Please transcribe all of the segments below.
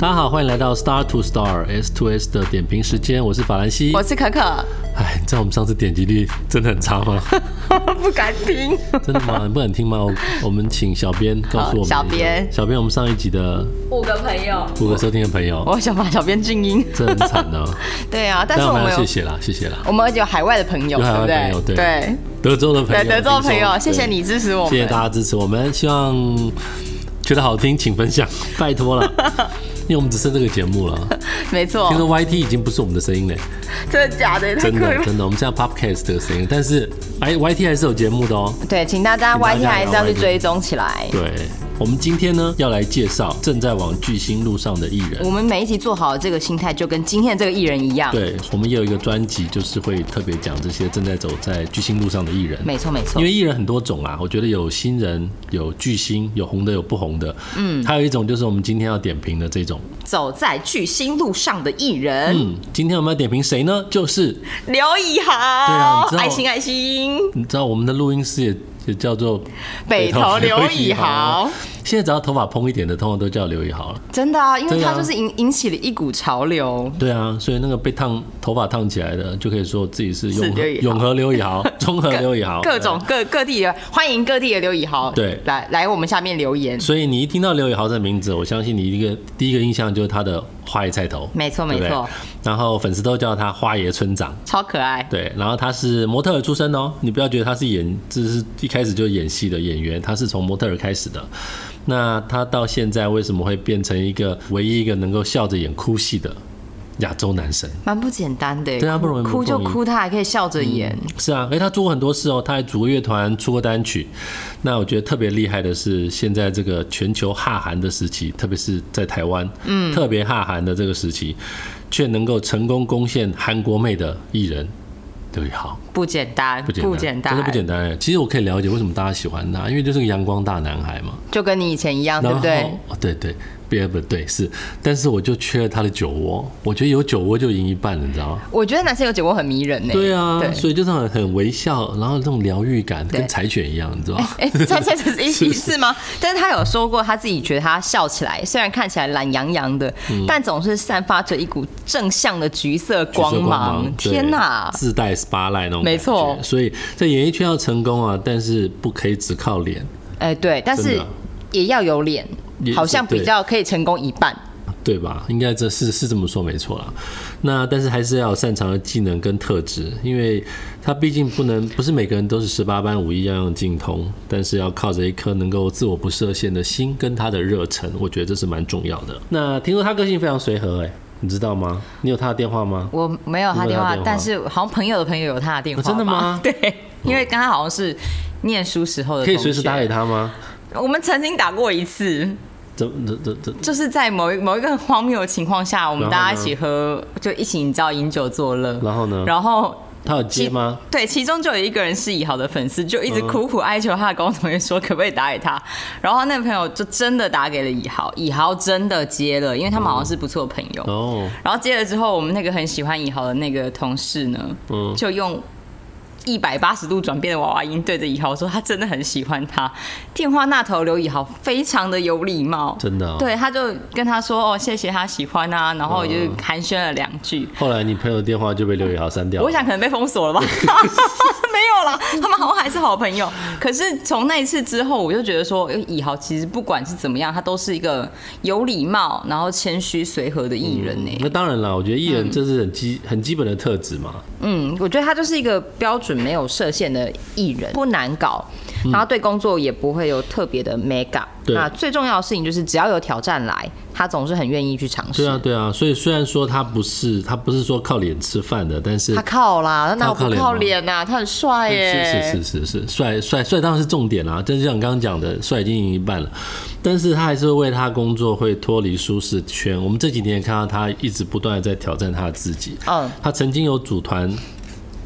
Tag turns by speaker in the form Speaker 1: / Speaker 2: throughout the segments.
Speaker 1: 大家好，欢迎来到 Star to Star S to S 的点评时间，我是法兰西
Speaker 2: 我。是可可，
Speaker 1: 哎，你知道我们上次点击率真的很差吗？
Speaker 2: 不敢听。
Speaker 1: 真的吗？你不敢听吗？我我们请小编告诉我们一下。
Speaker 2: 好小编
Speaker 1: 小编，我们上一集的
Speaker 3: 五个朋友，
Speaker 1: 五个收听的朋友，
Speaker 2: 我想把小编静音。
Speaker 1: 这很惨呢。
Speaker 2: 对啊，但
Speaker 1: 但
Speaker 2: 是
Speaker 1: 我
Speaker 2: 我
Speaker 1: 们
Speaker 2: 们
Speaker 1: 要
Speaker 2: 有
Speaker 1: 谢谢啦，谢谢啦，
Speaker 2: 我们有海外的朋友，
Speaker 1: 有海外朋
Speaker 2: 对
Speaker 1: 友
Speaker 2: 不对？
Speaker 1: 对德州的朋友，
Speaker 2: 对德州的朋
Speaker 1: 听
Speaker 2: 友，
Speaker 1: 说
Speaker 2: 谢谢你，支持我们。
Speaker 1: 谢谢大家支持我们，希望觉得好听请分 享，拜托了，因为我们只剩这个节目了。
Speaker 2: 没错
Speaker 1: 听，说 YT 已经不是我们的声音嘞，
Speaker 2: 真的假的？太
Speaker 1: 真
Speaker 2: 酷
Speaker 1: 的
Speaker 2: 了。
Speaker 1: 真的，我们现在 Podcast 这个声音，但是哎 YT 还是有节目的哦。
Speaker 2: 对，请大家
Speaker 1: 请大家
Speaker 2: YT 还是要去
Speaker 1: 要 YT
Speaker 2: 追踪起来。
Speaker 1: 对，我们今天呢要来介绍正在往巨星路上的艺人
Speaker 2: 我。们每一集做好这个心态，就跟今天的这个艺人一样。
Speaker 1: 对，我们也有一个专辑，就是会特别讲这些正在走在巨星路上的艺人。
Speaker 2: 没错没错
Speaker 1: 因为。艺人很多种啊啦，我觉得有新人、有巨星、有红的、有不红的。嗯，还有一种就是我们今天要点评的这种。
Speaker 2: 走在巨星路上的艺人
Speaker 1: 嗯，今天我们要点评谁呢？就是
Speaker 2: 刘以
Speaker 1: 啊
Speaker 2: 豪
Speaker 1: 你知，道
Speaker 2: 爱心爱心，
Speaker 1: 你知道我们的录音师也也叫做
Speaker 2: 北投刘以豪。
Speaker 1: 现在只要头发蓬一点的，通常都叫刘以豪了。
Speaker 2: 真的啊，因为
Speaker 1: 对啊
Speaker 2: 他就是引引起了一股潮流。
Speaker 1: 对啊，所以那个被烫头发烫起来的，就可以说自己是永和
Speaker 2: 刘以 豪
Speaker 1: 永和刘以 豪、中和刘以豪，
Speaker 2: 各种各各地的欢迎各地的刘以豪，
Speaker 1: 对
Speaker 2: 来来我们下面留言
Speaker 1: 对。，所以你一听到刘以豪这名字，我相信你一个第一个印象就是他的花椰菜头，
Speaker 2: 没错
Speaker 1: 对不对
Speaker 2: 没错。
Speaker 1: 然后粉丝都叫他花爷村长。
Speaker 2: 超可爱，
Speaker 1: 对，然后他是模特儿出身哦，你不要觉得他是演，这是一开始就演戏的演员，他是从模特儿开始的。那他到现在为什么会变成一个唯一一个能够笑着演哭戏的亚洲男神？
Speaker 2: 蛮不简单的耶。
Speaker 1: 对啊不容易
Speaker 2: 哭哭
Speaker 1: 不
Speaker 2: 就
Speaker 1: 容易
Speaker 2: 哭，他还可以笑着演。
Speaker 1: 是啊，哎，他做过很多事哦，他还组过乐团，出过单曲。那我觉得特别厉害的是，现在这个全球哈韩的时期，特别是在台湾，嗯，特别哈韩的这个时期，却能够成功攻陷韩国妹的艺人刘宇豪。
Speaker 2: 不简单，
Speaker 1: 不简单，真的不简单哎。其实我可以了解为什么大家喜欢他，因为就是个阳光大男孩嘛，
Speaker 2: 就跟你以前一样，对
Speaker 1: 然后
Speaker 2: 不对？
Speaker 1: 哦对对，别不对是，但是我就缺了他的酒窝，我觉得有酒窝就赢一半了，你知道吗？
Speaker 2: 我觉得男生有酒窝很迷人呢。
Speaker 1: 对啊，
Speaker 2: 对
Speaker 1: 所以就是很很微笑，然后那种疗愈感，
Speaker 2: 对
Speaker 1: 跟柴犬一样，你知 道吗？
Speaker 2: 哎，这这只是一一次吗？但是他有说过，他自己觉得他笑起来，虽然看起来懒洋洋的，但总是散发着一股正向的橘色光
Speaker 1: 嗯橘色
Speaker 2: 芒。
Speaker 1: 对
Speaker 2: 天哪！
Speaker 1: 自带 SPA 赖那种感觉，
Speaker 2: 没错
Speaker 1: 所以在演艺圈要成功啊，但是不可以只靠脸。
Speaker 2: 哎，对，但
Speaker 1: 真
Speaker 2: 是
Speaker 1: 的啊
Speaker 2: 也要有脸
Speaker 1: 也，
Speaker 2: 好像
Speaker 1: 对
Speaker 2: 比较可以成功一半。
Speaker 1: 对吧？应该这是是这么说没错啦。那但是还是要有擅长的技能跟特质，因为他毕竟不能不是每个人都是十八般武艺样样精通，但是要靠着一颗能够自我不设限的心跟他的热忱，我觉得这是蛮重要的。那听说他个性非常随和、哎，你知道吗？你有他的电话吗？
Speaker 2: 我没有他
Speaker 1: 你没有
Speaker 2: 电
Speaker 1: 他
Speaker 2: 话
Speaker 1: 电话，
Speaker 2: 但是好像朋友的朋友有他的电话、
Speaker 1: 哦真的吗
Speaker 2: 对，因为刚刚好像是念书时候的，
Speaker 1: 可以随时打给。他吗？
Speaker 2: 我们曾经打过一次，
Speaker 1: 怎怎怎怎？
Speaker 2: 就是在某一某一个很荒谬的情况下，我们
Speaker 1: 然后呢
Speaker 2: 大家一起喝，
Speaker 1: 嗯
Speaker 2: 就一起你知道饮酒作乐。
Speaker 1: 然后呢
Speaker 2: 然后。
Speaker 1: 他有接吗？
Speaker 2: 对，其中就有一个人是以豪的粉丝，就一直
Speaker 1: 嗯
Speaker 2: 苦苦哀求他的高中同学说可不可以打给他，然后那个朋友就真的打给了以豪，以豪真的接了，因为他
Speaker 1: 嗯
Speaker 2: 们好像是不错的朋友。
Speaker 1: 哦，
Speaker 2: 然后接了之后，我们那个很喜欢以豪的那个同事呢，
Speaker 1: 嗯
Speaker 2: 就用一百八十度转变的娃娃音对着以豪说，他真的很喜欢他。电话那头刘以豪非常的有礼貌，
Speaker 1: 真的哦
Speaker 2: 对，他就跟他说哦，谢谢他喜欢啊，然后
Speaker 1: 嗯
Speaker 2: 就寒暄了两句。
Speaker 1: 后来你朋友的电话就被刘宇豪删掉了。
Speaker 2: 我想可能被封锁了吧，嗯 没有啦，他们好像还是好朋友。可是从那一次之后，我就觉得说，哎以豪其实不管是怎么样，他都是一个有礼貌，然后谦虚随和的艺人欸呢、
Speaker 1: 那当然啦，我觉得艺人这是很基、很基本的特质嘛。
Speaker 2: 嗯，我觉得他就是一个标准没有设限的艺
Speaker 1: 嗯
Speaker 2: 人，不难搞，然后对工作也不会有特别的 mega。
Speaker 1: 对
Speaker 2: 那最重要的事情就是，只要有挑战来，他总是很愿意去尝试。
Speaker 1: 对啊，对啊，所以虽然说他不是他不是说靠脸吃饭的，但是
Speaker 2: 他靠啦，那
Speaker 1: 他
Speaker 2: 我
Speaker 1: 靠脸吗啊
Speaker 2: 不靠脸呐、他很帅耶。
Speaker 1: 是是是是是，帅帅帅当然是重点啊，但是像你刚刚讲的，帅已经赢一半了，但是他还是会为他工作会脱离舒适圈。我们这几年也看到他一直不断的在挑战他自己，
Speaker 2: 嗯，
Speaker 1: 他曾经有组团。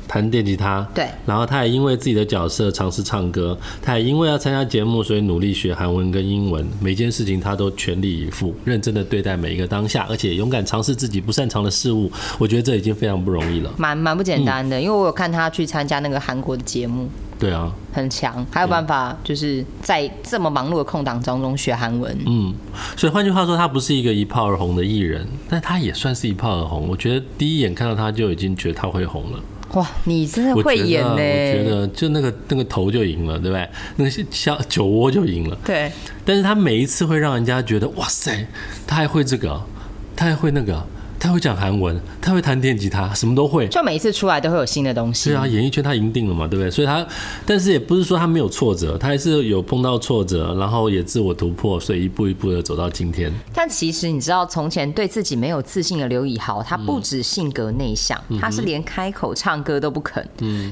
Speaker 1: 弹电吉他，
Speaker 4: 对
Speaker 1: 然后他也因为自己的角色尝试唱歌，他也因为要参加节目，所以努力学韩文跟英文，每件事情他都全力以赴，认真的对待每一个当下，而且勇敢尝试自己不擅长的事物，我觉得这已经非常不容易了。
Speaker 2: 蛮蛮不简单的，
Speaker 1: 嗯
Speaker 2: 因为我有看他去参加那个韩国的节目，
Speaker 1: 对啊，
Speaker 2: 很强，还有办法就是在这么忙碌的空档当中学韩文。
Speaker 1: 嗯，所以换句话说，他不是一个一炮而红的艺人，但他也算是一炮而红。我觉得第一眼看到他就已经觉得他会红了。
Speaker 2: 哇，你真的
Speaker 1: 我
Speaker 2: 会
Speaker 1: 觉
Speaker 2: 演
Speaker 1: 得啊，
Speaker 2: 呢、
Speaker 1: 我觉得就那个那个头就赢了，对不对？那个小酒窝就赢了。
Speaker 2: 对，
Speaker 1: 但是他每一次会让人家觉得，哇塞，他还会这个，他还会那个，他会讲韩文，他会弹电吉他，什么都会。
Speaker 2: 就每一次出来都会有新的东西。
Speaker 1: 对啊，演艺圈他赢定了嘛，对不对？所以他，但是也不是说他没有挫折，他还是有碰到挫折，然后也自我突破，所以一步一步的走到今天。
Speaker 2: 但其实你知道，从前对自己没有自信的刘以豪，他不止性格内向，
Speaker 1: 嗯
Speaker 2: 他是连开口唱歌都不肯。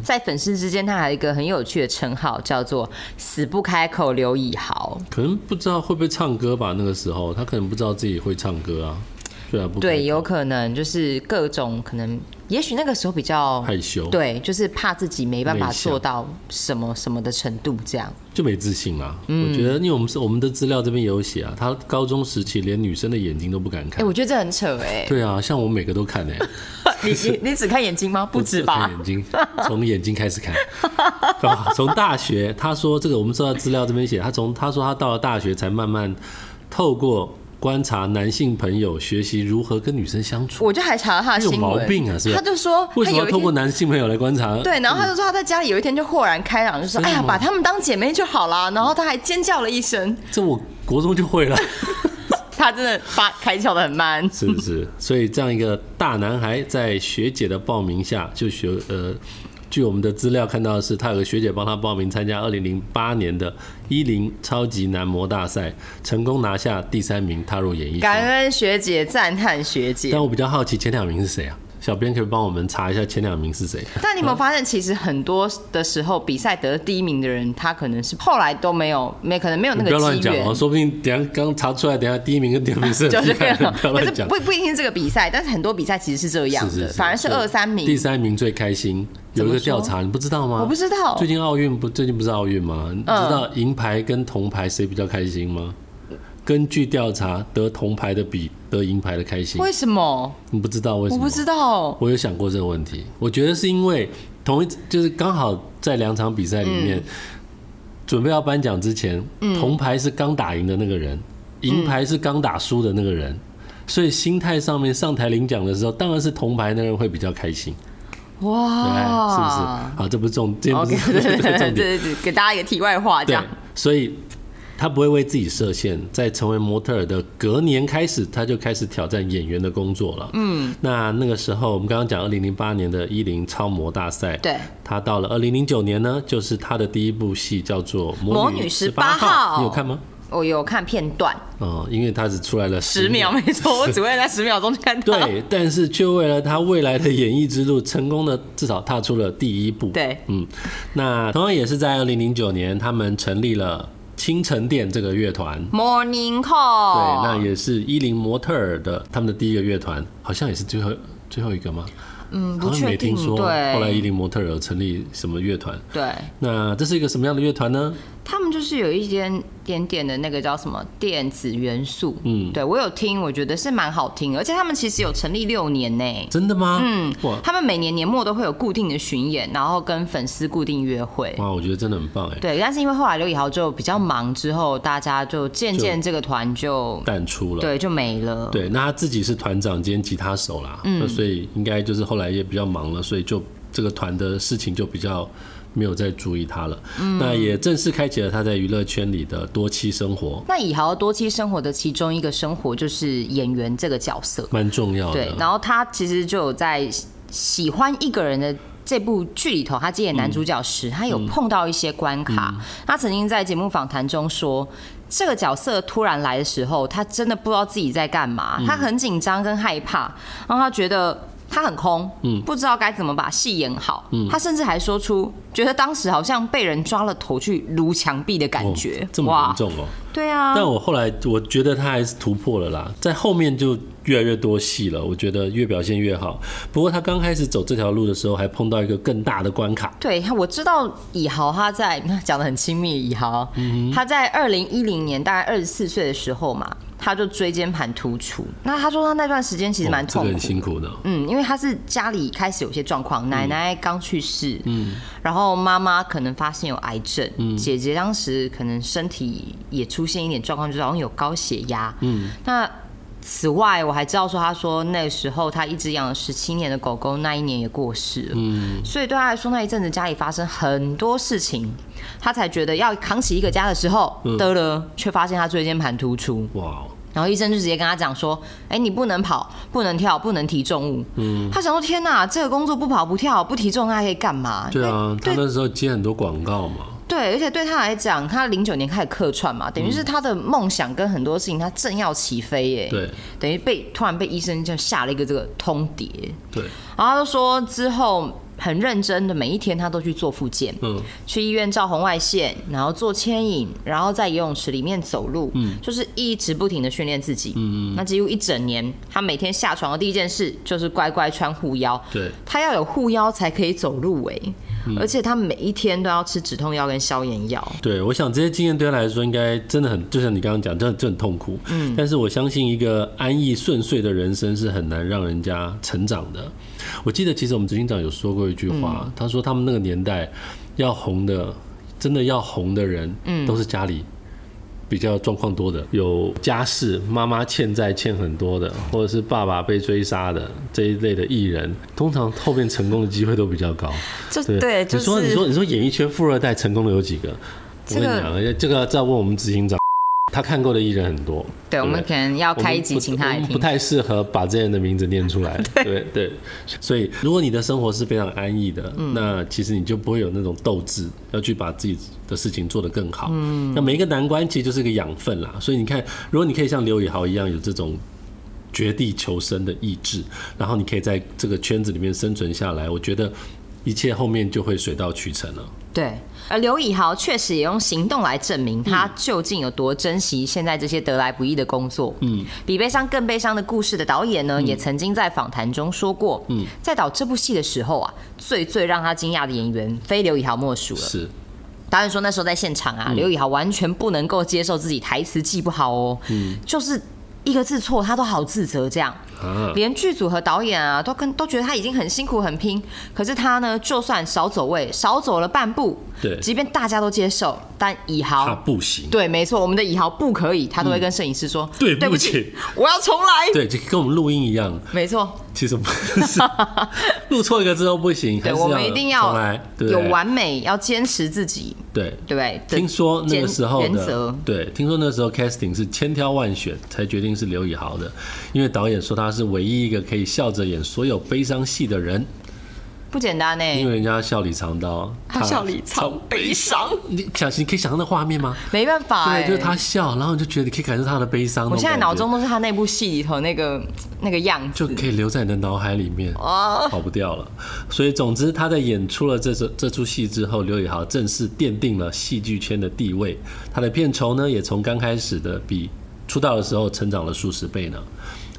Speaker 2: 在粉丝之间，他还有一个很有趣的称号，叫做“死不开口刘以豪
Speaker 1: 可能不知道会不会唱歌吧，那个时候他可能不知道自己会唱歌啊，对啊，不”。
Speaker 2: 对，有可能就是各种可能，也许那个时候比较
Speaker 1: 害羞，，
Speaker 2: 对，就是怕自己没办法
Speaker 1: 内向
Speaker 2: 做到什么什么的程度，这样。
Speaker 1: 就没自信啊。
Speaker 2: 嗯
Speaker 1: 我觉得，因为我们是我们的资料这边有写啊，他高中时期连女生的眼睛都不敢
Speaker 2: 哎、
Speaker 1: 看。
Speaker 2: 我觉得这很扯哎、
Speaker 1: 对啊，像我每个都看哎、
Speaker 2: 你你你只看眼睛吗？不止
Speaker 1: 看
Speaker 2: 吧？
Speaker 1: 眼睛，从眼睛开始看， 啊从大学，他说这个我们知道资料这边写，他从他说他到了大学才慢慢透过观察男性朋友学习如何跟女生相处。
Speaker 2: 我就还查了他的
Speaker 1: 有
Speaker 2: 新闻，
Speaker 1: 毛病啊是不是
Speaker 2: 他就说
Speaker 1: 为什么
Speaker 2: 他有
Speaker 1: 要
Speaker 2: 一
Speaker 1: 透
Speaker 2: 天
Speaker 1: 过男性朋友来观察？
Speaker 2: 对，然后他就说他在家里有一天就豁然开朗，就说：“
Speaker 1: 嗯真的吗
Speaker 2: 哎呀，把她们当姐妹就好啦。”然后他还尖叫了 一声，
Speaker 1: 这我国中就会了。
Speaker 2: 他真的发开窍的很慢。
Speaker 1: 是不是？所以这样一个大男孩，在学姐的报名下，就学呃，据我们的资料看到的是，他有个学姐帮他报名参加二零零八年的一零超级男模大赛，成功拿下第三名，踏入演艺
Speaker 2: 感
Speaker 1: 圈。
Speaker 2: 恩学姐，赞叹学姐。
Speaker 1: 但我比较好奇前两名是谁啊？小编可以帮我们查一下前两名是谁？
Speaker 2: 但你有没有发现，其实很多的时候，比赛得第一名的人，他可能是后来都没有，没可能没有那
Speaker 1: 你不要
Speaker 2: 个
Speaker 1: 乱
Speaker 2: 机
Speaker 1: 讲
Speaker 2: 缘
Speaker 1: 哦，，说不定等一下刚查出来，等一下第一名跟第二名是
Speaker 2: 就
Speaker 1: 很
Speaker 2: 是
Speaker 1: 厉
Speaker 2: 这
Speaker 1: 害的，
Speaker 2: 样。
Speaker 1: 不要
Speaker 2: 可是
Speaker 1: 乱讲。
Speaker 2: 不不一定是这个比赛，但是很多比赛其实是这样
Speaker 1: 是
Speaker 2: 的
Speaker 1: 是，是
Speaker 2: 反而是
Speaker 1: 对
Speaker 2: 二三名。
Speaker 1: 第三名最开心。有一个
Speaker 2: 怎么说
Speaker 1: 调查，你不知道吗？
Speaker 2: 我不知道
Speaker 1: 最近奥运不，最近不是奥运
Speaker 2: 嗯
Speaker 1: 吗？你知道银牌跟铜牌谁比较开心吗？根据调查，得铜牌的比得银牌的开心。
Speaker 2: 为什么？
Speaker 1: 你不知道为什
Speaker 2: 我
Speaker 1: 么？
Speaker 2: 不知道。
Speaker 1: 我有想过这个问题，我觉得是因为同一就是刚好在两场比赛里面，
Speaker 2: 嗯
Speaker 1: 准备要颁奖之前，铜牌是刚打赢的那个人，
Speaker 2: 嗯
Speaker 1: 银牌是刚打输的那个人，所以心态上面上台领奖的时候，当然是铜牌那个人会比较开心，对不对，是不
Speaker 2: 哇，
Speaker 1: 是？好，这不是重， 这不
Speaker 2: 哦 OK，
Speaker 1: 是
Speaker 2: 对对
Speaker 1: 重
Speaker 2: 对对
Speaker 1: 点，
Speaker 2: 对对，给大家一个题外话，这
Speaker 1: 对
Speaker 2: 样。，
Speaker 1: 所以。他不会为自己设限，在成为模特儿的隔年开始，他就开始挑战演员的工作了。嗯，那那个时候我们刚刚讲，二零零八年的一零超模大赛，
Speaker 2: 对，
Speaker 1: 他到了二零零九年呢，就是他的第一部戏叫做《
Speaker 2: 魔
Speaker 1: 魔
Speaker 2: 女
Speaker 1: 十
Speaker 2: 18号
Speaker 1: 你有看吗？
Speaker 2: 我有看片段，
Speaker 1: 哦、因为他只出来了
Speaker 2: 十秒， 没错，我只会在十秒钟就看到。
Speaker 1: 嗯对，但是却为了他未来的演艺之路，成功的至少踏出了第一步。
Speaker 2: 对
Speaker 1: 嗯，那同样也是在二零零九年，他们成立了清晨店这个乐团。
Speaker 2: ，Morning
Speaker 1: 对，
Speaker 2: Call，
Speaker 1: 那也是伊林模特儿的他们的第一个乐团，好像也是最后最后一个吗？
Speaker 2: 嗯，不
Speaker 1: 好像
Speaker 2: 确
Speaker 1: 没
Speaker 2: 定
Speaker 1: 听，说。
Speaker 2: 对，
Speaker 1: 后来伊林模特儿有成立什么乐团？
Speaker 2: 对，
Speaker 1: 那这是一个什么样的乐团呢？
Speaker 2: 他们就是有一点点点的那个叫什么电子元素，
Speaker 1: 嗯
Speaker 2: 嗯，对我有听，我觉得是蛮好听，而且他们其实有成立六年呢。
Speaker 1: 真的吗？
Speaker 2: 嗯
Speaker 1: 哇，
Speaker 2: 他们每年年末都会有固定的巡演，然后跟粉丝固定约会。
Speaker 1: 哇，我觉得真的很棒哎，
Speaker 2: 对，但是因为后来刘以豪就比较忙，之后大家就渐渐这个团就
Speaker 1: 淡出了。
Speaker 2: 对就没了。
Speaker 1: 对，那他自己是团长兼吉他手啦，
Speaker 2: 嗯
Speaker 1: 那所以应该就是后来也比较忙了，所以就这个团的事情就比较没有再注意他了。
Speaker 2: 嗯
Speaker 1: 那也正式开启了他在娱乐圈里的多妻生活，
Speaker 2: 那以豪多妻生活的其中一个生活就是演员这个角色，
Speaker 1: 蛮重要
Speaker 2: 对
Speaker 1: 的。。
Speaker 2: 然后他其实就有在喜喜欢一个人的这部剧里头，他接演男
Speaker 1: 嗯
Speaker 2: 主角时，他有碰到一些关卡。他曾经在节目访谈中说。这个角色突然来的时候，他真的不知道自己在干嘛，
Speaker 1: 嗯
Speaker 2: 他很紧张跟害怕，然后他觉得他很空，
Speaker 1: 嗯
Speaker 2: 不知道该怎么把戏演好，他甚至还说出觉得当时好像被人抓了头去撸墙壁的感觉
Speaker 1: 哦，这么
Speaker 2: 哇
Speaker 1: 严重哦、
Speaker 2: 对啊，
Speaker 1: 但我后来我觉得他还是突破了啦，在后面就越来越多戏了，我觉得越表现越好。不过他刚开始走这条路的时候，还碰到一个更大的关卡，
Speaker 2: 对，我知道以豪他在讲的很亲密，以豪、
Speaker 1: 嗯
Speaker 2: 他在二零一零年大概二十四岁的时候嘛，他就椎间盘突出。那他说他那段时间其实蛮
Speaker 1: 哦这
Speaker 2: 痛
Speaker 1: 个
Speaker 2: 苦
Speaker 1: 很
Speaker 2: 的，
Speaker 1: 辛苦的。
Speaker 2: 嗯，因为他是家里开始有些状况，奶奶刚去世，嗯，然后妈妈可能发现有癌症，姐姐当时可能身体也出现一点状况，就是好像有高血压，嗯，那。此外，我还知道说，他说那时候他一直养了十七年的狗狗，那一年也过世了。嗯，所以对他来说，那一阵子家里发生很多事情，他才觉得要扛起一个家的时候，得了，却发现他椎间盘突出。
Speaker 1: 哇，
Speaker 2: 然后医生就直接跟他讲说：“哎、你不能跑，不能跳，不能提重物。”嗯，他想说：“天哪，这个工作不跑不跳不提重，那还可以干嘛？”
Speaker 1: 对啊，他
Speaker 2: 对
Speaker 1: 那时候接很多广告嘛，
Speaker 2: 对，而且对他来讲，他零九年开始客串
Speaker 1: 嗯
Speaker 2: 嘛，等于是他的梦想跟很多事情他正要起飞耶。
Speaker 1: 对，
Speaker 2: 等于被突然被医生这样下了一个这个通牒，
Speaker 1: 对，
Speaker 2: 然后他就说之后很认真的每一天他都去做复健，
Speaker 1: 嗯，
Speaker 2: 去医院照红外线，然后做牵引，然后在游泳池里面走路，嗯，就是一直不停的训练自己，嗯那几乎一整年，他每天下床的第一件事就是乖乖穿护腰，
Speaker 1: 对，
Speaker 2: 他要有护腰才可以走路哎、
Speaker 1: 嗯
Speaker 2: 而且他每一天都要吃止痛药跟消炎药，
Speaker 1: 对，我想这些经验对他来说应该真的很，就像你刚刚讲，真的就很痛苦。嗯，但是我相信一个安逸顺遂的人生是很难让人家成长的。我记得其实我们执行长有说过一句话，他说他们那个年代要红的，真的要红的人，嗯，都是家里。比较状况多的，有家事，妈妈欠债欠很多的，或者是爸爸被追杀的这一类的艺人，通常后面成功的机会都比较高。
Speaker 4: 就
Speaker 1: 对，
Speaker 4: 对，就
Speaker 1: 你说你说
Speaker 4: 是
Speaker 1: 你说演艺圈富二代成功的有几个？我跟你讲，而且这个再问我们执行长，他看过的艺人很多。
Speaker 2: 对我们
Speaker 1: 不
Speaker 2: 可能要
Speaker 1: 我们
Speaker 2: 开一集
Speaker 1: 不
Speaker 2: 请他来
Speaker 1: 我们
Speaker 2: 听
Speaker 1: 不太适合把这些人的名字念出 来。对对，所以如果你的生活是非常安逸的，
Speaker 2: 嗯
Speaker 1: 那其实你就不会有那种斗志，要去把自己的事情做得更好。嗯，那每一个难关其实就是一个养分啦。所以你看，如果你可以像刘以豪一样有这种绝地求生的意志，然后你可以在这个圈子里面生存下来，我觉得一切后面就会水到渠成了。
Speaker 2: 对，而刘以豪确实也用行动来证明他究竟有多珍惜现在这些得来不易的工作。嗯，比悲伤更悲伤的故事的导演呢，也曾经在访谈中说过，嗯，在导这部戏的时候啊，最最让他惊讶的演员非刘以豪莫属了。
Speaker 1: 是，
Speaker 2: 导演说那时候在现场啊，刘以豪完全不能够接受自己台词记不好哦，就是一个字错他都好自责这样。
Speaker 1: 啊，
Speaker 2: 连剧组和导演啊，都跟都觉得他已经很辛苦很拼，可是他呢，就算少走位，少走了半步，
Speaker 1: 对
Speaker 2: 即便大家都接受，但以
Speaker 1: 他
Speaker 2: 豪，
Speaker 1: 不行。
Speaker 2: 对，没错，我们的以豪不可以，他都会跟摄影师说，
Speaker 1: 嗯对
Speaker 2: 对
Speaker 1: 不
Speaker 2: 起，
Speaker 1: 起
Speaker 2: 我要重来，
Speaker 1: 对，就跟我们录音一样，
Speaker 2: 没错，
Speaker 1: 其实不 是录错一个字都不行，
Speaker 2: 对，
Speaker 1: 还是
Speaker 2: 我们一定要
Speaker 1: 重来，对不
Speaker 2: 有
Speaker 1: 对
Speaker 2: 完美，要坚持自己，
Speaker 1: 对。
Speaker 2: 对不对？
Speaker 1: 听说那个
Speaker 2: 坚
Speaker 1: 时候
Speaker 2: 原
Speaker 1: 的
Speaker 2: 则，
Speaker 1: 对，听说那时候 casting 是千挑万选才决定是刘以豪的，因为导演说他是唯一一个可以笑着演所有悲伤戏的人，
Speaker 2: 不简单欸呢、
Speaker 1: 因为人家笑里藏刀，
Speaker 4: 他笑里藏悲伤，
Speaker 1: 你想你可以想象那画面吗？
Speaker 2: 没办法、哎
Speaker 1: 对，就是他笑，然后你就觉得你可以感受他的悲伤那种
Speaker 2: 我
Speaker 1: 感觉，
Speaker 2: 现在脑中都是他那部戏里头那个那个样
Speaker 1: 就
Speaker 2: 子，
Speaker 1: 可以留在你的脑海里面，跑不掉了。所以，总之，他在演出了这这这出戏之后，刘以豪正式奠定了戏剧圈的地位。他的片酬呢，也从刚开始的比出道的时候成长了数十倍呢。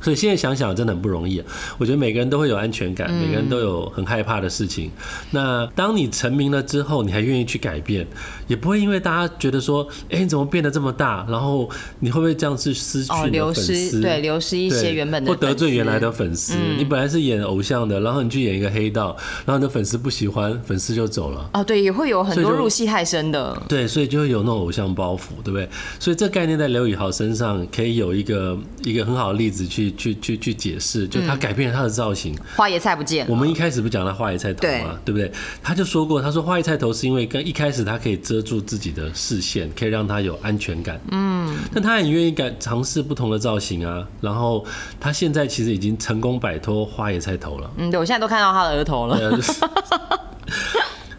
Speaker 1: 所以现在想想，真的很不容易、我觉得每个人都会有安全感，每个人都有很害怕的事情。那当你成名了之后，你还愿意去改变，也不会因为大家觉得说，哎、你怎么变得这么大？然后你会不会这样去失去
Speaker 2: 哦，
Speaker 1: 你的
Speaker 2: 流
Speaker 1: 粉
Speaker 2: 失
Speaker 1: 丝？
Speaker 2: 对流失一些
Speaker 1: 对
Speaker 2: 原本的
Speaker 1: 或得罪
Speaker 2: 粉丝嗯
Speaker 1: 原来的粉丝。你本来是演偶像的，然后你去演一个黑道，然后你的粉丝不喜欢，粉丝就走了。
Speaker 2: 哦，对，也会有很
Speaker 1: 所以
Speaker 2: 多
Speaker 1: 就
Speaker 2: 入戏太深的，
Speaker 1: 对，所以就会有那种偶像包袱，对不对？所以这概念在刘宇豪身上可以有一个一个很好的例子去去去去解释，就
Speaker 2: 嗯
Speaker 1: 他改变了他的造型。
Speaker 2: 花椰菜不见
Speaker 1: 我
Speaker 2: 了。
Speaker 1: 们一开始不讲他花椰菜头嘛，对不对？他就说过，他说花椰菜头是因为跟一开始他可以遮住自己的视线，可以让他有安全感。嗯，但他很愿意敢尝试不同的造型啊。然后他现在其实已经成功摆脱花椰菜头 了。
Speaker 2: 嗯，对，我现在都看到他的额头了。
Speaker 1: 呃，就是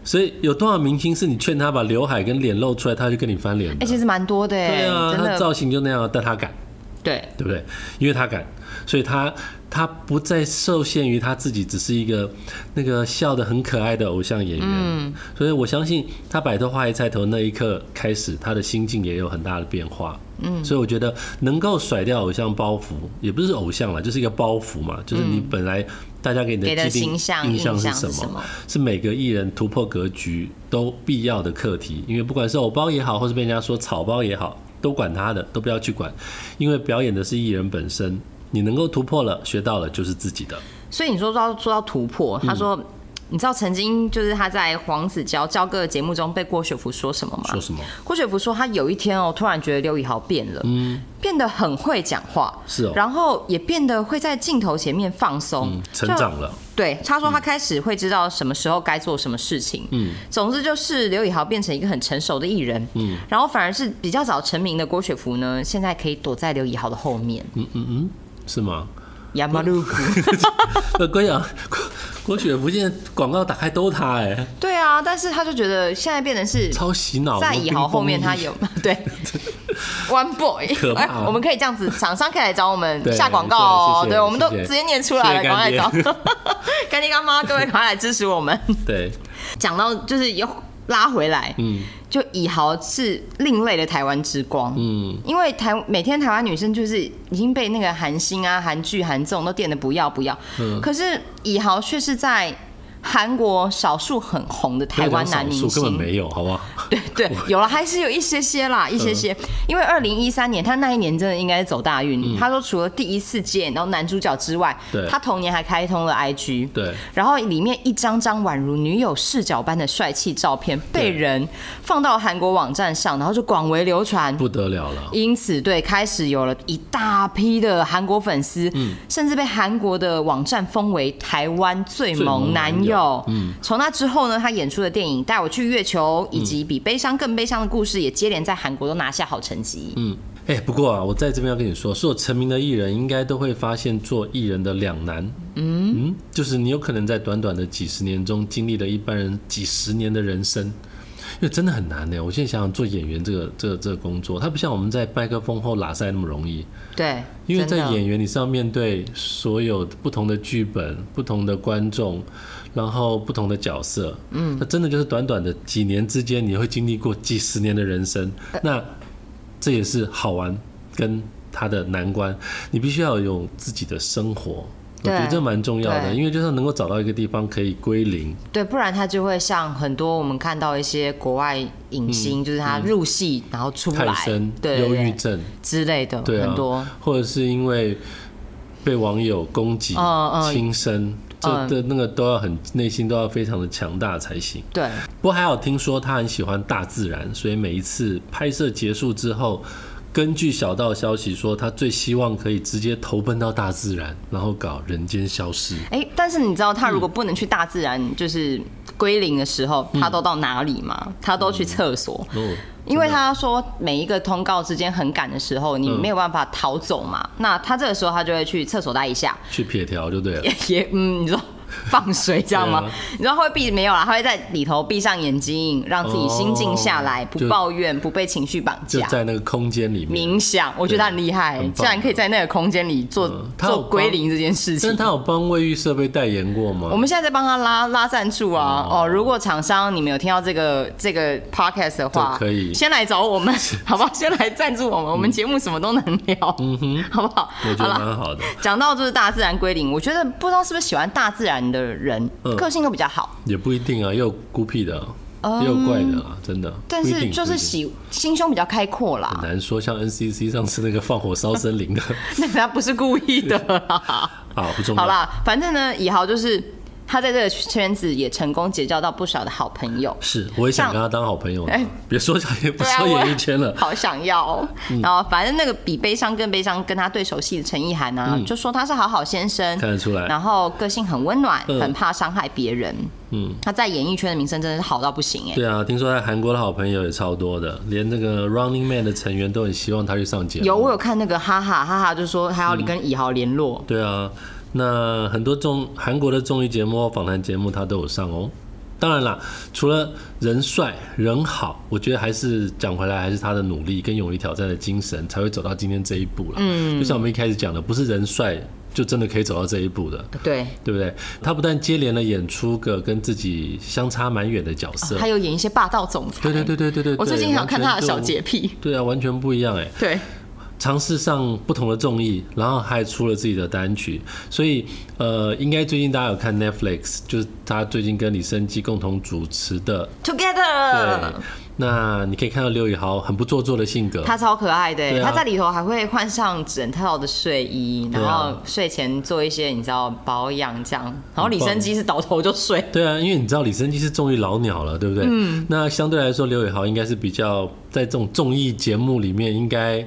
Speaker 1: 所以有多少明星是你劝他把刘海跟脸露出来，他就跟你翻脸
Speaker 2: 哎、
Speaker 1: 的？
Speaker 2: 其实蛮多的哎、
Speaker 1: 对啊，
Speaker 2: 真
Speaker 1: 他
Speaker 2: 的。
Speaker 1: 造型就那样，但他敢。
Speaker 2: 对，
Speaker 1: 对不对？因为他敢，所以他他不再受限于他自己只是一个那个笑得很可爱的偶像演员。嗯，所以我相信他摆脱花椰菜头那一刻开始，他的心境也有很大的变化。嗯，所以我觉得能够甩掉偶像包袱，也不是偶像了，就是一个包袱嘛，就是你本来大家给你
Speaker 2: 嗯给的
Speaker 1: 的既定
Speaker 2: 形象
Speaker 1: 印
Speaker 2: 印
Speaker 1: 是
Speaker 2: 象是
Speaker 1: 什
Speaker 2: 什么
Speaker 1: 么，是每个艺人突破格局都必要的课题。因为不管是偶包也好，或是被人家说草包也好，都管他的，都不要去管，因为表演的是艺人本身。你能够突破了，学到了就是自己的。
Speaker 2: 所以你说到说到突破，他说。你知道曾经就是他在黄子佼教歌的节目中被郭雪芙说什么吗？
Speaker 1: 说什么？
Speaker 2: 郭雪芙说他有一天哦，突然觉得刘以豪变了，变得很会讲话，
Speaker 1: 嗯是哦
Speaker 2: 然后也变得会在镜头前面放松，
Speaker 1: 嗯，成
Speaker 2: 就
Speaker 1: 长了，
Speaker 2: 对，他说他开始会知道什么时候该做什么事情。嗯，总之就是刘以豪变成一个很成熟的艺人。嗯，然后反而是比较早成名的郭雪芙呢，现在可以躲在刘以豪的后面。
Speaker 1: 嗯嗯嗯，是吗？
Speaker 2: 亚麻路，
Speaker 1: 那郭阳，郭郭雪不见广告打开都他哎、
Speaker 2: 对啊，但是他就觉得现在变成是
Speaker 1: 超洗脑。
Speaker 2: 在
Speaker 1: 什么
Speaker 2: 以豪
Speaker 1: 冰
Speaker 2: 后
Speaker 1: 封
Speaker 2: 面
Speaker 1: 衣
Speaker 2: 他有 对 One Boy，
Speaker 1: 可怕
Speaker 2: 哎我们可以这样子，厂商可以来找我们
Speaker 1: 对
Speaker 2: 下广告哦。
Speaker 1: 对谢谢
Speaker 2: 我们都
Speaker 1: 谢谢
Speaker 2: 直接念出来了，
Speaker 1: 谢谢
Speaker 2: 赶快来
Speaker 1: 干爹
Speaker 2: 找 干爹干妈，各位赶快来支持我们。
Speaker 1: 对，
Speaker 2: 讲到就是又拉回来，
Speaker 1: 嗯
Speaker 2: 就以豪是另类的台湾之光，
Speaker 1: 嗯，
Speaker 2: 因为台每天台湾女生就是已经被那个韩星啊、韩剧、韩综都电的不要不要，
Speaker 1: 嗯
Speaker 2: 可是以豪却是在韩国少数很红的台湾男
Speaker 1: 不
Speaker 2: 明
Speaker 1: 要讲少数根本
Speaker 2: 星。
Speaker 1: 没有，好不好？
Speaker 2: 对 对，有了还是有一些些啦，一些
Speaker 1: 嗯
Speaker 2: 些。因为二零一三年他那一年真的应该是走大运。他说除了第一次见然后男主角之外
Speaker 1: 对，
Speaker 2: 他同年还开通了 IG。
Speaker 1: 对，
Speaker 2: 然后里面一张张宛如女友视角般的帅气照片被
Speaker 1: 对
Speaker 2: 人放到韩国网站上，然后就广为流传。
Speaker 1: 不得了了。
Speaker 2: 因此，对开始有了一大批的韩国粉丝，
Speaker 1: 嗯
Speaker 2: 甚至被韩国的网站封为台湾最
Speaker 1: 最萌
Speaker 2: 萌男
Speaker 1: 男
Speaker 2: 友
Speaker 1: 友。嗯
Speaker 2: 从那之后呢，他演出的电影《带我去月球》以及《比悲伤更悲伤的故事》也接连在韩国都拿下好成绩。
Speaker 1: 嗯，哎、不过啊，我在这边要跟你说，所有成名的艺人应该都会发现做艺人的两难。嗯就是你有可能在短短的几十年中经历了一般人几十年的人生，因为真的很难呢。我现在想想做演员这个这个这个工作，它不像我们在麦克风后拉塞那么容易，
Speaker 2: 对，
Speaker 1: 因为
Speaker 2: 真
Speaker 1: 在
Speaker 2: 的
Speaker 1: 演员你是要面对所有不同的剧本、不同的观众，然后不同的角色。嗯，那真的就是短短的几年之间，你会经历过几十年的人生。
Speaker 2: 呃
Speaker 1: 那这也是好玩跟它的难关，你必须要有自己的生活。我觉得
Speaker 2: 对
Speaker 1: 这蛮重要的，
Speaker 2: 对
Speaker 1: 因为就是能够找到一个地方可以归零，
Speaker 2: 对，不然他就会像很多我们看到一些国外影星，
Speaker 1: 嗯
Speaker 2: 就是他入戏、然后出来
Speaker 1: 泰森，、嗯
Speaker 2: 对
Speaker 1: 忧
Speaker 2: 对
Speaker 1: 郁
Speaker 2: 对
Speaker 1: 症，
Speaker 2: 之类的，
Speaker 1: 对啊，
Speaker 2: 很多。
Speaker 1: 或者是因为被网友攻击
Speaker 2: 嗯嗯、
Speaker 1: 轻生，这
Speaker 2: 嗯
Speaker 1: 的那个都要很内心都要非常的强大才行。
Speaker 2: 对，
Speaker 1: 不过还好，听说他很喜欢大自然，所以每一次拍摄结束之后，根据小道消息说，他最希望可以直接投奔到大自然，然后搞人间消失。
Speaker 2: 哎、但是你知道他
Speaker 1: 嗯
Speaker 2: 如果不能去大自然，就是归零的时候，他都到哪里吗？
Speaker 1: 嗯
Speaker 2: 他都去厕所。
Speaker 1: 哦，
Speaker 2: 因为他说每一个通告之间很赶的时候，你没有办法逃走嘛，那他这个时候他就会去厕所待一 下，
Speaker 1: 去撇条就 对了。
Speaker 2: 也嗯，你说放水这样吗
Speaker 1: 对啊？
Speaker 2: 你知道会闭没有啦，他会在里头闭上眼睛，让自己心静下来，
Speaker 1: 哦
Speaker 2: 不
Speaker 1: 就
Speaker 2: 抱怨，不被情绪绑
Speaker 1: 就
Speaker 2: 架，
Speaker 1: 在那个空间里面，
Speaker 2: 冥想。我觉得他很厉害、
Speaker 1: 很棒
Speaker 2: 竟然可以在那个空间里做、
Speaker 1: 嗯他有
Speaker 2: 做归
Speaker 1: 帮
Speaker 2: 零这件事
Speaker 1: 但
Speaker 2: 情
Speaker 1: 是。他有帮卫浴设备代言过
Speaker 2: 我
Speaker 1: 吗？
Speaker 2: 们现在在帮他拉拉赞助啊！哦，如果厂商你们有听到这个这个 podcast 的话，
Speaker 1: 都可以嗯
Speaker 2: 先来找我们， 好不好？先来赞助我们，我们节目什么都能聊，嗯哼，好不好？
Speaker 1: 我觉
Speaker 2: 好
Speaker 1: 得
Speaker 2: 了，
Speaker 1: 蛮好的，
Speaker 2: 讲到就是大自然归零，我觉得不知道是不是喜欢大自然的人，
Speaker 1: 嗯
Speaker 2: 个性都比较好，
Speaker 1: 也不一定啊，也有孤僻的，啊也有怪的啊，真的。
Speaker 2: 哦但
Speaker 1: 不一
Speaker 2: 是
Speaker 1: 定
Speaker 2: 就是
Speaker 1: 不一定嗯
Speaker 2: 喜心胸比较开阔啦
Speaker 1: 很，难说，像 NCC 上次那个放火烧森林的，
Speaker 2: 那他不是故意的啦。
Speaker 1: 啊，不重要。
Speaker 2: 好，啦，反正呢，以豪就是他在这个圈子也成功结交到不少的好朋友，
Speaker 1: 是，我也想
Speaker 2: 像
Speaker 1: 跟他当好朋友呢
Speaker 2: 哎。
Speaker 1: 别说小也不
Speaker 2: 对啊，
Speaker 1: 说
Speaker 2: 我
Speaker 1: 演艺圈了，
Speaker 2: 好想要、哦。然后反正那个比悲伤更悲伤，跟他对手戏的陈意涵啊，就说他是好好先生，
Speaker 1: 看得出 来
Speaker 2: 然后个性很温暖，
Speaker 1: 嗯
Speaker 2: 很怕伤害别人。嗯
Speaker 1: 嗯，
Speaker 2: 他在演艺圈的名声真的是好到不行哎。
Speaker 1: 对啊，听说在韩国的好朋友也超多的，连那个 Running Man 的成员都很希望他去上节目。
Speaker 2: 有我有看那个哈哈哈哈，就说还要跟以豪联络。
Speaker 1: 对啊，那很多综韩国的综艺节目、访谈节目他都有上哦。当然啦，除了人帅人好，我觉得还是讲回来，还是他的努力跟勇于挑战的精神，才会走到今天这一步了。嗯，就像我们一开始讲的，不是人帅就真的可以走到这一步的，
Speaker 2: 对，
Speaker 1: 对不对？他不但接连了演出个跟自己相差蛮远的角色，
Speaker 2: 还有演一些霸道总裁。
Speaker 1: 对对对对对对，
Speaker 4: 哦我最近
Speaker 1: 对
Speaker 4: 想看他的小洁，癖
Speaker 1: 完全，就对啊，完全不一样哎。
Speaker 4: 对，
Speaker 1: 尝试上不同的综艺，然后还出了自己的单曲，所以呃，应该最近大家有看 Netflix，就是他最近跟李生基共同主持的，
Speaker 2: Together，
Speaker 1: 对，那你可以看到刘宇豪很不做作的性格，
Speaker 2: 他超可爱的、欸
Speaker 1: 对啊
Speaker 2: 他在里头还会换上整套的睡衣，
Speaker 1: 对啊
Speaker 2: 然后睡前做一些你知道保养这样，然后李生基是倒头就睡。
Speaker 1: 对啊，因为你知道李生基是综艺老鸟了，对不对？嗯，那相对来说，刘宇豪应该是比较在这种综艺节目里面应该。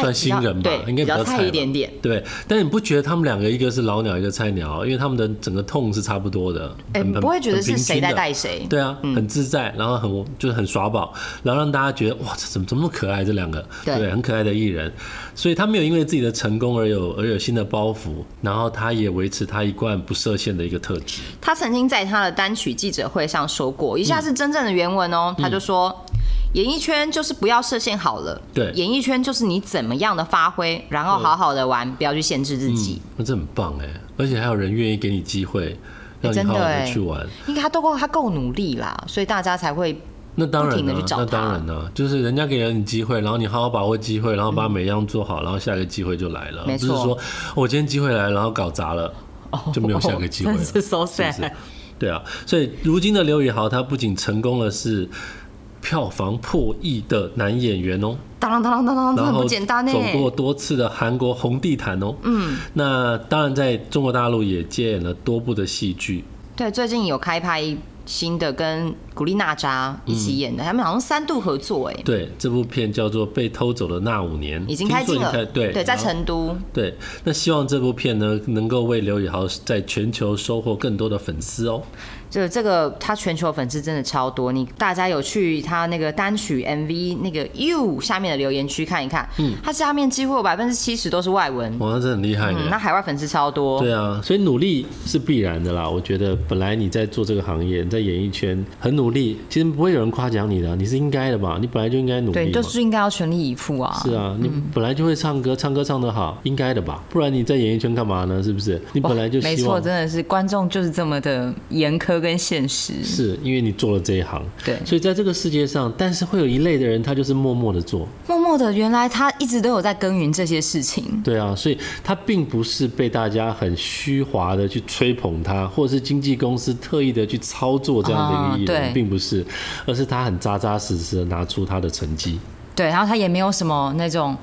Speaker 1: 算新人吧，
Speaker 2: 比较对
Speaker 1: 应该
Speaker 2: 比较
Speaker 1: 菜
Speaker 2: 菜
Speaker 1: 吧
Speaker 2: 一点点。
Speaker 1: 对，但你不觉得他们两个一个是老鸟，一个菜鸟，因为他们的整个痛是差不多的，
Speaker 2: 哎、
Speaker 1: 很
Speaker 2: 你不会觉得
Speaker 1: 很
Speaker 2: 是
Speaker 1: 平
Speaker 2: 谁
Speaker 1: 均的
Speaker 2: 在带谁？
Speaker 1: 对啊，很自在，然后很就是很耍宝，然后让大家觉得哇，这怎么怎么那么可爱？这两个
Speaker 2: 对
Speaker 1: 很可爱的艺人，所以他没有因为自己的成功而有而有新的包袱，然后他也维持他一贯不设限的一个特质。
Speaker 2: 他曾经在他的单曲记者会上说过，以下是真正的原文哦，
Speaker 1: 嗯
Speaker 2: 他就说。演艺圈就是不要设限好了，
Speaker 1: 对
Speaker 2: 演艺圈就是你怎么样的发挥，然后好好的玩，不要去限制自己。
Speaker 1: 那这很棒哎，而且还有人愿意给你机会，让你
Speaker 2: 真的
Speaker 1: 好好的
Speaker 2: 哎
Speaker 1: 去玩。
Speaker 2: 应该他都够，他够努力啦，所以大家才会
Speaker 1: 那当然
Speaker 2: 不停
Speaker 1: 了、
Speaker 2: 地去找
Speaker 1: 那当
Speaker 2: 他
Speaker 1: 然了、就是人家给了你机会，然后你好好把握机会，然后把每样做好，然后下一个机会就来了。
Speaker 2: 没
Speaker 1: 不是
Speaker 2: 错哦
Speaker 1: 说哦我今天机会来了，然后搞砸了，就没有下个 机会了。
Speaker 2: 真是 so
Speaker 1: 是不
Speaker 2: sad。
Speaker 1: 是？对啊，所以如今的刘宇豪，他不仅成功了是票房破亿的男演员哦，
Speaker 2: 当啷当啷当啷，这
Speaker 1: 然
Speaker 2: 很
Speaker 1: 后
Speaker 2: 不简单呢欸
Speaker 1: 走。过多次的韩国红地毯哦，嗯，那当然在中国大陆也接演了多部的戏剧，
Speaker 2: 对，最近有开拍新的跟古力娜扎一起演
Speaker 1: 嗯
Speaker 2: 的，他们好像三度合作哎，
Speaker 1: 对，这部片叫做《被偷走的那五年》，
Speaker 2: 已经开
Speaker 1: 听
Speaker 2: 镜
Speaker 1: 说已
Speaker 2: 了
Speaker 1: 经开，对
Speaker 2: 对，在
Speaker 1: 然后
Speaker 2: 成都，
Speaker 1: 对，那希望这部片呢能够为刘宇豪在全球收获更多的粉丝哦。
Speaker 2: 就这个他全球粉丝真的超多，你大家有去他那个单曲 MV 那个 You 下面的留言区看一看，嗯，他下面几乎有百分之七十都是外文，
Speaker 1: 哇，那真的很厉害呢。
Speaker 2: 嗯，那海外粉丝超多，
Speaker 1: 哦对啊，所以努力是必然的啦。我觉得本来你在做这个行业，你在演艺圈很努力，其实不会有人夸奖你的啊，你是应该的嘛，你本来就应该努
Speaker 2: 对，
Speaker 1: 力
Speaker 2: 你
Speaker 1: 嘛
Speaker 2: 就。是应该要全力以赴啊，
Speaker 1: 是啊，你本来就会唱歌，唱歌唱得好，应该的吧？不然你在演艺圈干嘛呢？是不是？你
Speaker 2: 哇，
Speaker 1: 本来就
Speaker 2: 没
Speaker 1: 希
Speaker 2: 错，
Speaker 1: 望
Speaker 2: 真的是观众就是这么的严苛跟现实，
Speaker 1: 是因为你做了这一行，
Speaker 2: 对
Speaker 1: 所以在这个世界上，但是会有一类的人，他就是默默的做，
Speaker 2: 默默的，原来他一直都有在耕耘这些事情。
Speaker 1: 对啊，所以他并不是被大家很虚华的去吹捧他，或者是经纪公司特意的去操作这样的一个艺人，
Speaker 2: 啊对
Speaker 1: 并不是，而是他很扎扎实实的拿出他的成绩。
Speaker 2: 对，然后他也没有什么那种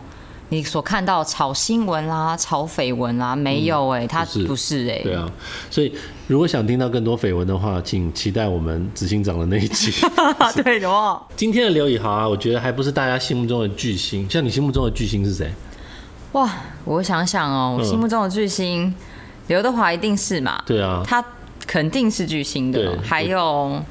Speaker 2: 你所看到炒新闻啦、炒绯闻啦，没有哎、他
Speaker 1: 嗯不是
Speaker 2: 不是哎、
Speaker 1: 对啊，所以如果想听到更多绯闻的话，请期待我们执行长的那一 集。啊
Speaker 2: 对的哦。
Speaker 1: 今天的刘以豪啊，我觉得还不是大家心目中的巨星，像你心目中的巨星是谁？
Speaker 2: 哇，我想想哦，我心目中的巨星，刘德华一定是嘛？
Speaker 1: 嗯对啊，
Speaker 2: 他肯定是巨星的
Speaker 1: 对。嗯
Speaker 2: 还有哦，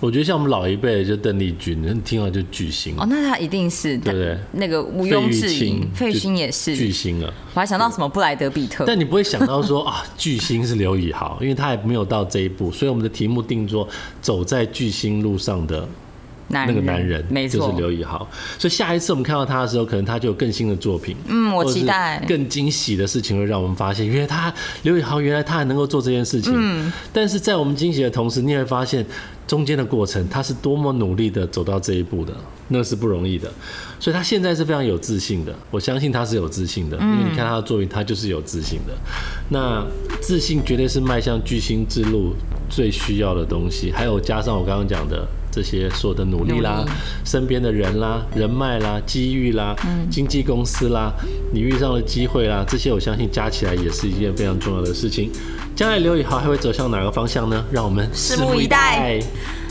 Speaker 1: 我觉得像我们老一辈的就邓丽君，人听到就巨星，
Speaker 2: 哦那他一定是
Speaker 1: 哦对不嗯对？
Speaker 2: 那个毋
Speaker 1: 毋
Speaker 2: 庸置疑，费玉清也
Speaker 1: 巨
Speaker 2: 是。
Speaker 1: 星啊。
Speaker 2: 我还想到什么布莱德比 特，
Speaker 1: 但你不会想到说啊，巨星是刘以豪，因为他还没有到这一步，所以我们的题目定做“走在巨星路上的
Speaker 2: 男
Speaker 1: 那
Speaker 2: 人
Speaker 1: 个男人”，
Speaker 2: 没
Speaker 1: 就
Speaker 2: 错
Speaker 1: 是。刘以豪。所以下一次我们看到他的时候，可能他就有更新的作品，
Speaker 2: 嗯，我
Speaker 1: 或者是
Speaker 2: 期待。
Speaker 1: 更惊喜的事情，会让我们发现，原来他刘以豪，原来他还能够做这件事情。嗯，但是在我们惊喜的同时，你也会发现中间的过程，他是多么努力的走到这一步的，那是不容易的。所以他现在是非常有自信的，我相信他是有自信的，因为你看他的作品，他就是有自信的。那自信绝对是迈向巨星之路最需要的东西，还有加上我刚刚讲的。这些所有的努力啦，
Speaker 2: 努力
Speaker 1: 身边的人啦、人脉啦、机遇啦、
Speaker 2: 嗯
Speaker 1: 经纪公司啦，你遇上的机会啦，这些我相信加起来也是一件非常重要的事情。将来刘宇豪还会走向哪个方向呢？让我们
Speaker 2: 拭目以待。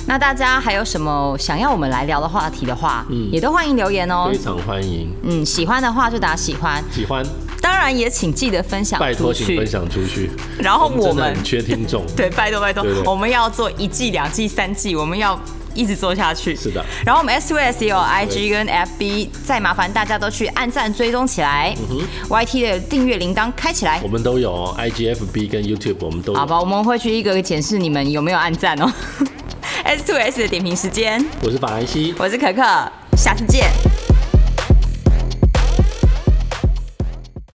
Speaker 2: 那大家还有什么想要我们来聊的话题的话，
Speaker 1: 嗯
Speaker 2: 也都欢迎留言哦
Speaker 1: 非。常欢迎，
Speaker 2: 嗯，喜欢的话就打喜欢，
Speaker 1: 喜欢
Speaker 2: 当然也请记得分享
Speaker 1: 拜
Speaker 2: 出
Speaker 1: 托请分
Speaker 2: 去。
Speaker 1: 享出去。
Speaker 4: 然后
Speaker 1: 真
Speaker 4: 我
Speaker 1: 的
Speaker 4: 们
Speaker 1: 很缺听 众，
Speaker 4: 对，拜托拜托
Speaker 1: 对对，
Speaker 4: 我们要做一季、两季、三季，我们要一直做下去。
Speaker 1: 是的。
Speaker 2: 然后我们 S 2 S 也有 IG 跟 FB，再麻烦大家都去按赞追踪起来、y
Speaker 1: 嗯
Speaker 2: t 的订阅铃铛开起来
Speaker 1: 我，们都有、哦、IGFB 跟 YouTube，我们都有。
Speaker 2: 好吧？我们会去一个个检视你们有没有按赞哦。 S to S 的点评时间，
Speaker 5: 我是法兰西，
Speaker 2: 我是可可，下次见。